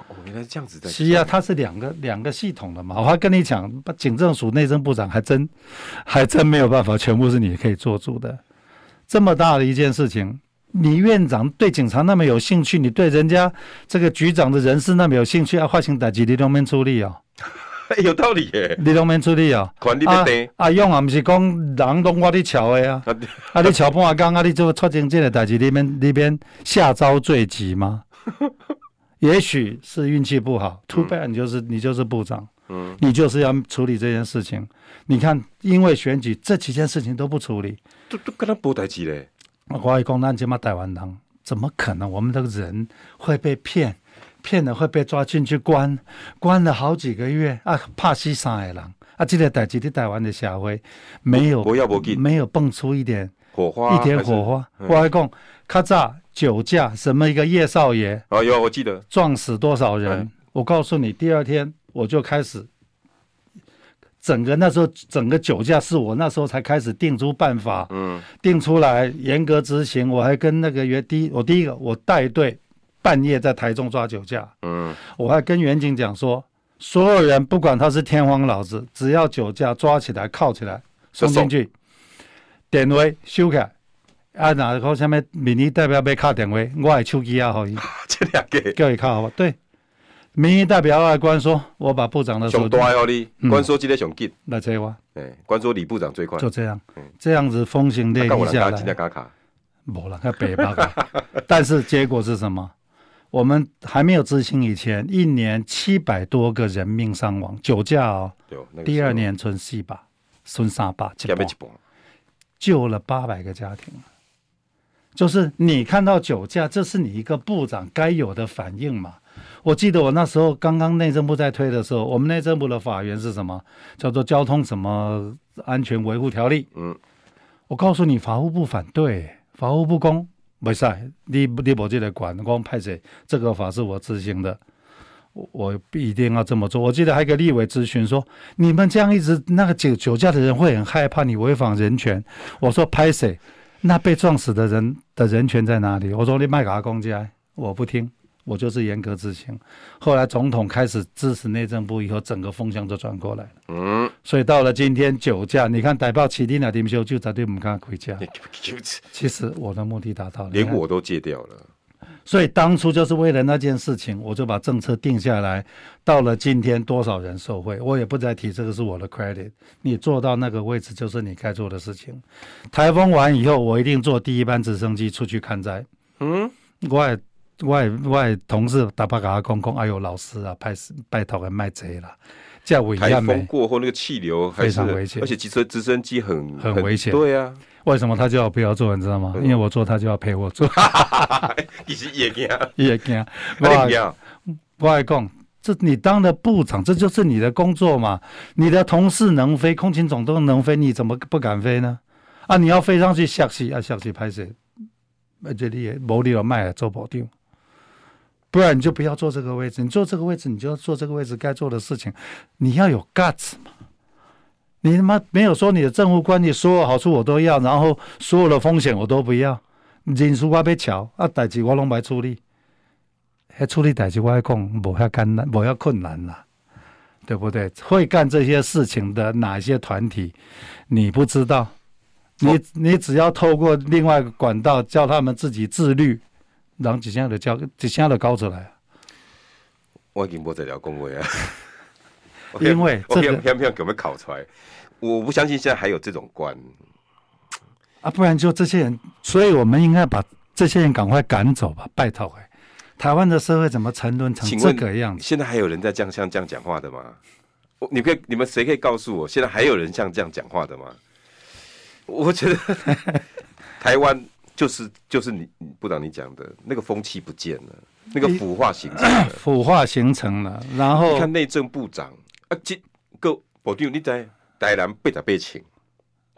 S1: 哦，原来是这样子 的。
S2: 是啊，它是两个两个系统的嘛。我还跟你讲，警政署、内政部长还真还真没有办法，全部是你可以做主的。这么大的一件事情，你院长对警察那么有兴趣，你对人家这个局长的人事那么有兴趣，啊，化成打击你两面处理哦，
S1: 哎有道理耶。
S2: 你两面处理哦。
S1: 管理
S2: 啊
S1: 的地，
S2: 啊，用啊，毋是讲人拢我咧瞧的啊，
S1: 啊对
S2: 啊你瞧半工啊，你做出政这个代志，你免你免下招罪 己吗？也许是运气不好，too bad，你就是你就是部长，
S1: 嗯，
S2: 你就是要处理这件事情。你看，因为选举这几件事情都不处理，
S1: 都都跟他博代志嘞。
S2: 我怀疑公安局嘛台湾人，怎么可能我们的人会被骗？骗了会被抓进去关，关了好几个月啊，怕死三个人啊！这个代志，你台湾的社会没有
S1: 不要不紧
S2: 没有蹦出一点
S1: 火花，啊
S2: 一点火
S1: 还是。嗯
S2: 花。我还讲，咔嚓，酒驾，什么一个叶少爷
S1: 哦，有我记得，
S2: 撞死多少人
S1: 嗯？
S2: 我告诉你，第二天我就开始，整个那时候整个酒驾是我那时候才开始定出办法，
S1: 嗯，
S2: 定出来严格执行。我还跟那个原第一我第一个我带队半夜在台中抓酒驾，
S1: 嗯，
S2: 我还跟远景讲说，所有人不管他是天皇老子，只要酒驾抓起来铐起来
S1: 就
S2: 送
S1: 送
S2: 进去，电话收起来。啊，哪个什么民意代表要敲电话，我的手机啊，给伊
S1: 这两个
S2: 叫伊敲好吧？对，民意代表外官说，我把部长的手
S1: 熊
S2: 机
S1: 大哦你，
S2: 嗯
S1: 官说今天熊紧，
S2: 来接我，
S1: 哎，官说李部长最快。
S2: 就这样
S1: 嗯，
S2: 这样子风行
S1: 啊
S2: 列
S1: 干
S2: 一
S1: 我
S2: 下
S1: 来，
S2: 来
S1: 今。天卡卡，
S2: 没了，那北巴 吧。但是结果是什么？我们还没有执行以前，一年七百多个人命伤亡，酒驾哦，
S1: 对，那个
S2: 第二
S1: 时候
S2: 年存四百，存三百，一
S1: 要被
S2: 半
S1: 一半，
S2: 救了八百个家庭。就是你看到酒驾，这是你一个部长该有的反应嘛？我记得我那时候刚刚内政部在推的时候，我们内政部的法源是什么？叫做《交通什么安全维护条例》。
S1: 嗯，
S2: 我告诉你，法务部反对，法务部讲没事，你你我这个管，光派谁？这个法是我执行的，我我一定要这么做。我记得还有一个立委咨询说，你们这样一直那个酒酒驾的人会很害怕，你违反人权。我说拍谁？那被撞死的人的人权在哪里？我说你卖给他公家，我不听，我就是严格执行。后来总统开始支持内政部以后，整个风向就转过来了。
S1: 嗯，
S2: 所以到了今天酒驾，你看台报起立那点修就绝对不敢回家。其实我的目的达到了，
S1: 连我都戒掉了。
S2: 所以当初就是为了那件事情，我就把政策定下来。到了今天，多少人受惠，我也不再提这个是我的 credit。你做到那个位置，就是你该做的事情。台风完以后，我一定坐第一班直升机出去看灾。
S1: 嗯，
S2: 我的我的我的同事打巴给他讲讲，哎呦，老师啊，拜拜托个卖贼啦，叫危
S1: 台
S2: 险没
S1: 风？过后那个气流还
S2: 非
S1: 是
S2: 常危险
S1: 而且其实直升机很
S2: 很危险
S1: 对啊，
S2: 为什么他叫我不要做，你知道吗？
S1: 嗯
S2: 因为我做，他就要陪我做，
S1: 其实也惊，啊
S2: 也惊。
S1: 你
S2: 我
S1: 惊啊，
S2: 我还讲，这你当了部长，这就是你的工作嘛。你的同事能飞，空勤总动能飞，你怎么不敢飞呢？啊，你要飞上去下棋啊，下棋拍谁？那这里也没理由卖了做保定，不然你就不要坐这个位置。你坐这个位置，你就要做这个位置该做的事情，你要有 guts 嘛。你他妈没有说你的政务官，你所有好处我都要，然后所有的风险我都不要。人事我被瞧，啊，代志我拢白处理。迄处理代志，我来讲无遐简单，无遐困难啦，对不对？会干这些事情的哪些团体，你不知道？你你只要透过另外一个管道叫他们自己自律，然后一下就叫一下就搞出来。
S1: 我已经无在聊恭维啊。
S2: 因为
S1: 我
S2: 这
S1: 偏
S2: 个
S1: 偏偏给我们考出来，我不相信现在还有这种官。
S2: 啊，不然就这些人，所以我们应该把这些人赶快赶走吧，拜托哎、台湾的社会怎么沉沦成
S1: 请
S2: 这
S1: 问
S2: 个样子？
S1: 现在还有人在这样像这样讲话的吗？我你可以，你们谁可以告诉我， 现在还有人像这样讲话的吗？我觉得台湾就是就是你你部长你讲的那个风气不见了，那个腐化形成了。
S2: 腐化形成了，然
S1: 你
S2: 后
S1: 看内政部长啊，这个部长你知台南八十八请，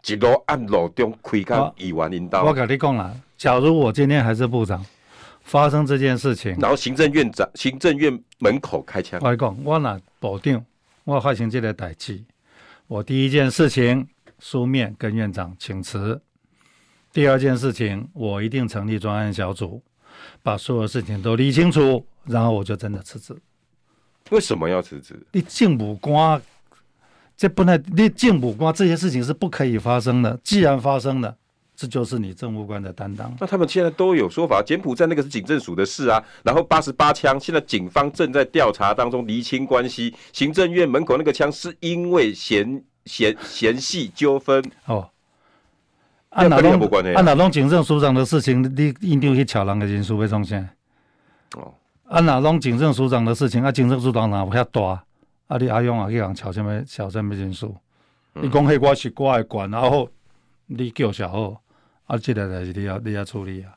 S1: 一路按路中开到
S2: 我
S1: 议员引
S2: 我
S1: 导，
S2: 跟你讲了，假如我今天还是部长，发生这件事情，
S1: 然后行政院长行政院门口开枪，
S2: 我讲我若保定，我发生这个代志，我第一件事情书面跟院长请辞，第二件事情我一定成立专案小组，把所有事情都理清楚，然后我就真的辞职。
S1: 为什么要辞职？
S2: 你政府官，这本来你政府官这些事情是不可以发生的，既然发生了，这就是你政务官的担当。
S1: 那他们现在都有说法，柬埔寨那个是警政署的事啊，然后八十八枪，现在警方正在调查当中，厘清关系。行政院门口那个枪是因为嫌嫌嫌隙纠纷，
S2: 哦，啊
S1: 跟
S2: 哪
S1: 你也
S2: 拢
S1: 无关系啊
S2: 啊哪拢警政署长的事情，你你一定去抢人的人事要创啥？
S1: 哦，
S2: 啊哪拢警政署长的事情，啊警政署长哪有遐大？啊你阿勇啊去人抢什么抢什么人事？
S1: 嗯
S2: 你讲迄我是我的管，然后你叫啥好，啊这个代志你要你要处理啊。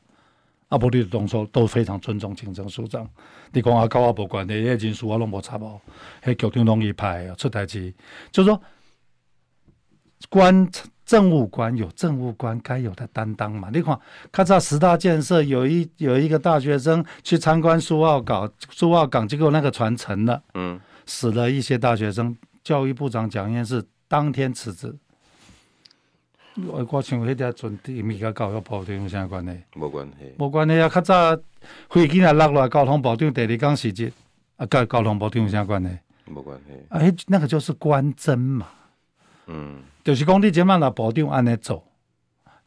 S2: 啊，无你当初都非常尊重警政署长。你讲啊，跟我无关系，迄人事我拢无插哦，迄局长拢伊派啊的出代志，就是说官政务官有政务官该有的担当嘛。你看，看到十大建设有一有一个大学生去参观苏澳港，苏澳港结果那个船沉了，
S1: 嗯，
S2: 死了一些大学生。教育部长蒋彦士当天辞职。我我想迄条船，伊咪甲教育部长有啥关系？
S1: 没关系。
S2: 无关系啊，较早飞机若落落来，交通部长第二天辞职，啊，甲交通部长有啥关系？
S1: 没关系，
S2: 啊，迄那个就是官箴嘛，
S1: 嗯，
S2: 就是讲你即满若部长安尼走，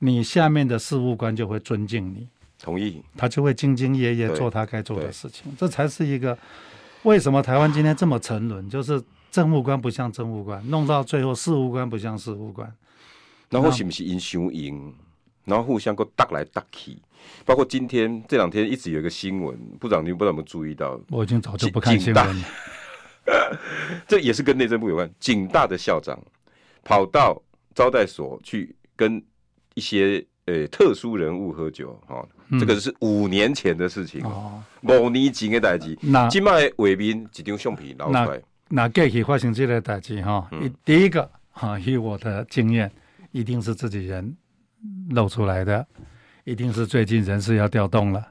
S2: 你下面的事务官就会尊敬你，
S1: 同意。
S2: 他就会兢兢业业
S1: 对
S2: 做他该做的
S1: 对
S2: 事情，这才是一个为什么台湾今天这么沉沦，就是政务官不像政务官，弄到最后事务官不像事务官。
S1: 然后是不是因想赢，然后互相够搭来搭去，包括今天这两天一直有一个新闻，部长你不知道有没有注意到，
S2: 我已经早就不
S1: 警
S2: 看新闻了，
S1: 这也是跟内政部有关。警大的校长跑到招待所去跟一些呃特殊人物喝酒，哦，这个是五年前的事情，
S2: 嗯哦，
S1: 五年前的代志。
S2: 那
S1: 今麦卫民一张相片捞出来，
S2: 那过去发生这类代志哈，一第一个哈，以我的经验，一定是自己人露出来的，一定是最近人事要调动了，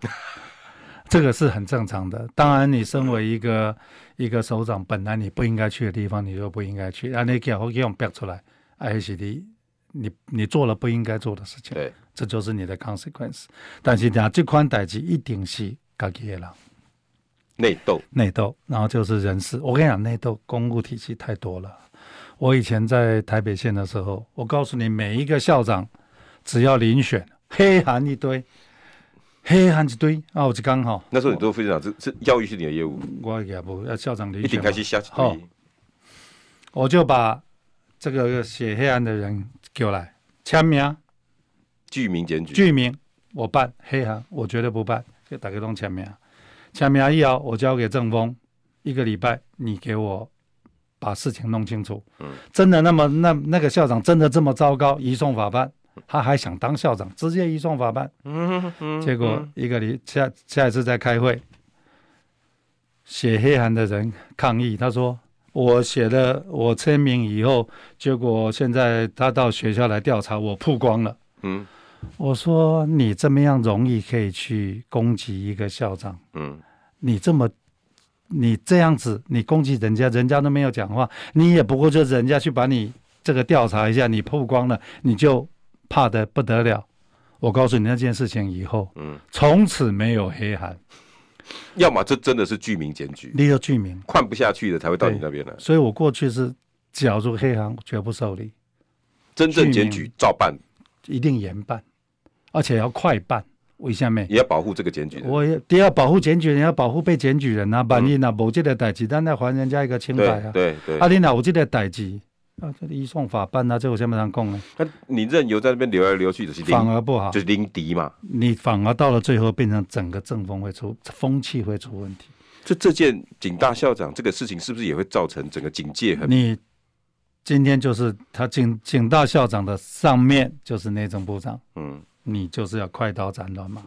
S2: 这个是很正常的。当然，你身为一个一个首长，本来你不应该去的地方，你就不应该去，啊，你给我用逼出来，哎，是你你你做了不应该做的事情，
S1: 对，
S2: 这就是你的 consequence。但是讲这款代志一定是家己的人。
S1: 内斗，
S2: 内斗，然后就是人事。我跟你讲，内斗公务体系太多了。我以前在台北县的时候，我告诉你，每一个校长只要遴选，黑函一堆，黑函一堆啊！我就刚好，
S1: 那时候你都非
S2: 哦
S1: 常这这教育是你的业务，
S2: 我也不要校长遴选
S1: 一
S2: 嘛，
S1: 定开始下
S2: 好
S1: 去，
S2: 我就把这个写黑函的人叫来签名、
S1: 居民检举，
S2: 剧名，我办黑函，我绝对不办，就打开弄签名，签名以后我交给正风，一个礼拜你给我把事情弄清楚。
S1: 嗯，
S2: 真的那么那那个校长真的这么糟糕，移送法办，他还想当校长，直接移送法办。
S1: 嗯嗯
S2: 结果一个礼下下一次再开会，写黑函的人抗议，他说我写了我签名以后，结果现在他到学校来调查，我曝光了。
S1: 嗯
S2: 我说你这么样容易可以去攻击一个校长，
S1: 嗯，
S2: 你这么你这样子，你攻击人家，人家都没有讲话，你也不过就人家去把你这个调查一下，你曝光了，你就怕的不得了。我告诉你那件事情以后，
S1: 嗯，
S2: 从此没有黑函，
S1: 要么这真的是居民检举，
S2: 立了剧名。
S1: 看不下去的才会到你那边来，
S2: 所以我过去是，假如黑函绝不受理，
S1: 真正检
S2: 居
S1: 举照办，
S2: 一定严办，而且要快办。为什么？
S1: 也要保护这个检举人。
S2: 我也第二保护检举人，要保护被检举人啊，万一啊，某这个代志，咱要还人家一个清白
S1: 嗯对
S2: 啊。
S1: 对对，
S2: 啊，你若有这个代志，啊，这个移送法办啊，这有什么人讲呢？
S1: 那你任由在那边流来流去，就是
S2: 反
S1: 零，
S2: 而不好
S1: 就，是零敌嘛。
S2: 你反而到了最后变成整个政风会出风气会出问题。
S1: 就这件警大校长这个事情，是不是也会造成整个警戒很？
S2: 你今天就是他警警大校长的上面就是内政部长，
S1: 嗯，
S2: 你就是要快刀斩乱麻，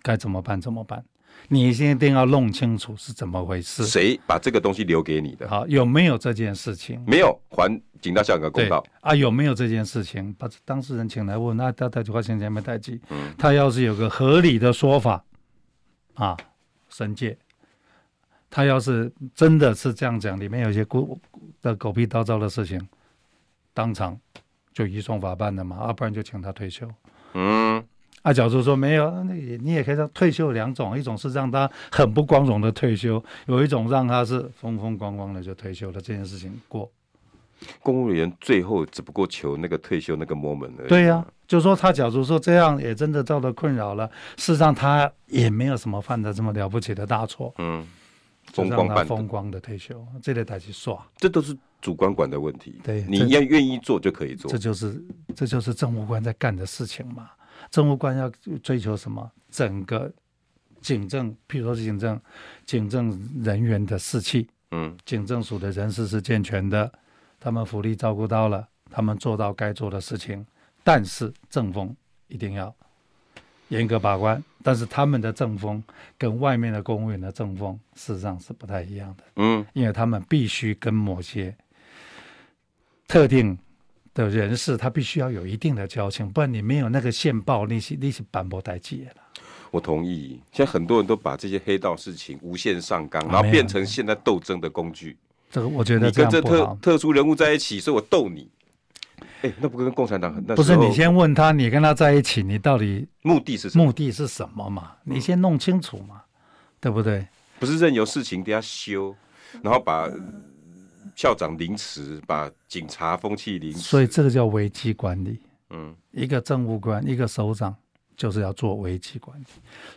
S2: 该怎么办怎么办？你先一定要弄清楚是怎么回事。
S1: 谁把这个东西留给你的？
S2: 好，有没有这件事情？
S1: 没有还警大校长个公
S2: 对
S1: 道。
S2: 啊，有没有这件事情？把当事人请来问，那他他就花钱前面代记，
S1: 嗯
S2: 他要是有个合理的说法，啊，申诫。他要是真的是这样讲，里面有一些狗的狗屁叨叨的事情，当场就移送法办了嘛，要、啊不然就请他退休。
S1: 嗯，
S2: 啊，假如说没有，那也你也可以让退休有两种，一种是让他很不光荣的退休，有一种让他是风风光光的就退休了，这件事情过。
S1: 公务员最后只不过求那个退休那个 moment 而已。
S2: 对呀、啊就说他假如说这样也真的遭到困扰了，事实上他也没有什么犯的这么了不起的大错，
S1: 嗯，
S2: 就
S1: 风
S2: 让
S1: 光
S2: 他
S1: 办的
S2: 风光的退休，这类才去耍，
S1: 这都是主观管的问题。
S2: 对
S1: 你
S2: 这
S1: 要愿意做就可以做
S2: 这。就是这就是政务官在干的事情嘛。政务官要追求什么？整个警政，譬如说是警政警政人员的士气，
S1: 嗯
S2: 警政署的人事是健全的，他们福利照顾到了，他们做到该做的事情，但是政风一定要严格把关。但是他们的政风跟外面的公务员的政风事实上是不太一样的，
S1: 嗯，
S2: 因为他们必须跟某些特定的人士，他必须要有一定的交情，不然你没有那个线报，你是你是反驳代记了。
S1: 我同意。现在很多人都把这些黑道事情无限上纲，然
S2: 啊
S1: 后
S2: 没有
S1: 变成现在斗争的工具。
S2: 这个我觉得
S1: 你跟
S2: 这样
S1: 这
S2: 不
S1: 特
S2: 好。
S1: 特殊人物在一起，所以我斗你。哎，那不跟共产党很那
S2: 不是
S1: 时候
S2: 你先问他，你跟他在一起，你到底
S1: 目的是什嗯么？
S2: 目的是什么嘛？你先弄清楚嘛，对不对？
S1: 不是任由事情给他修，然后把校长凌迟，把警察风气凌迟。
S2: 所以这个叫危机管理。
S1: 嗯，
S2: 一个政务官，一个首长，就是要做危机管理，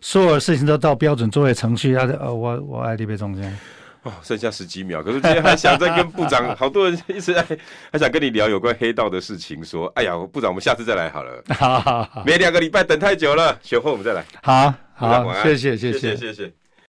S2: 所有事情都到标准作业程序。他就呃，我我爱立被中 间，
S1: 哦，剩下十几秒，可是今天还想再跟部 长，好多人一直在还想跟你聊有关黑道的事情，说，哎呀，部长，我们下次再来好了，
S2: 好好好
S1: 每两个礼拜等太久了，选后我们再来。
S2: 好
S1: 部长晚
S2: 好，
S1: 安
S2: 谢谢谢
S1: 谢
S2: 谢。
S1: 谢谢。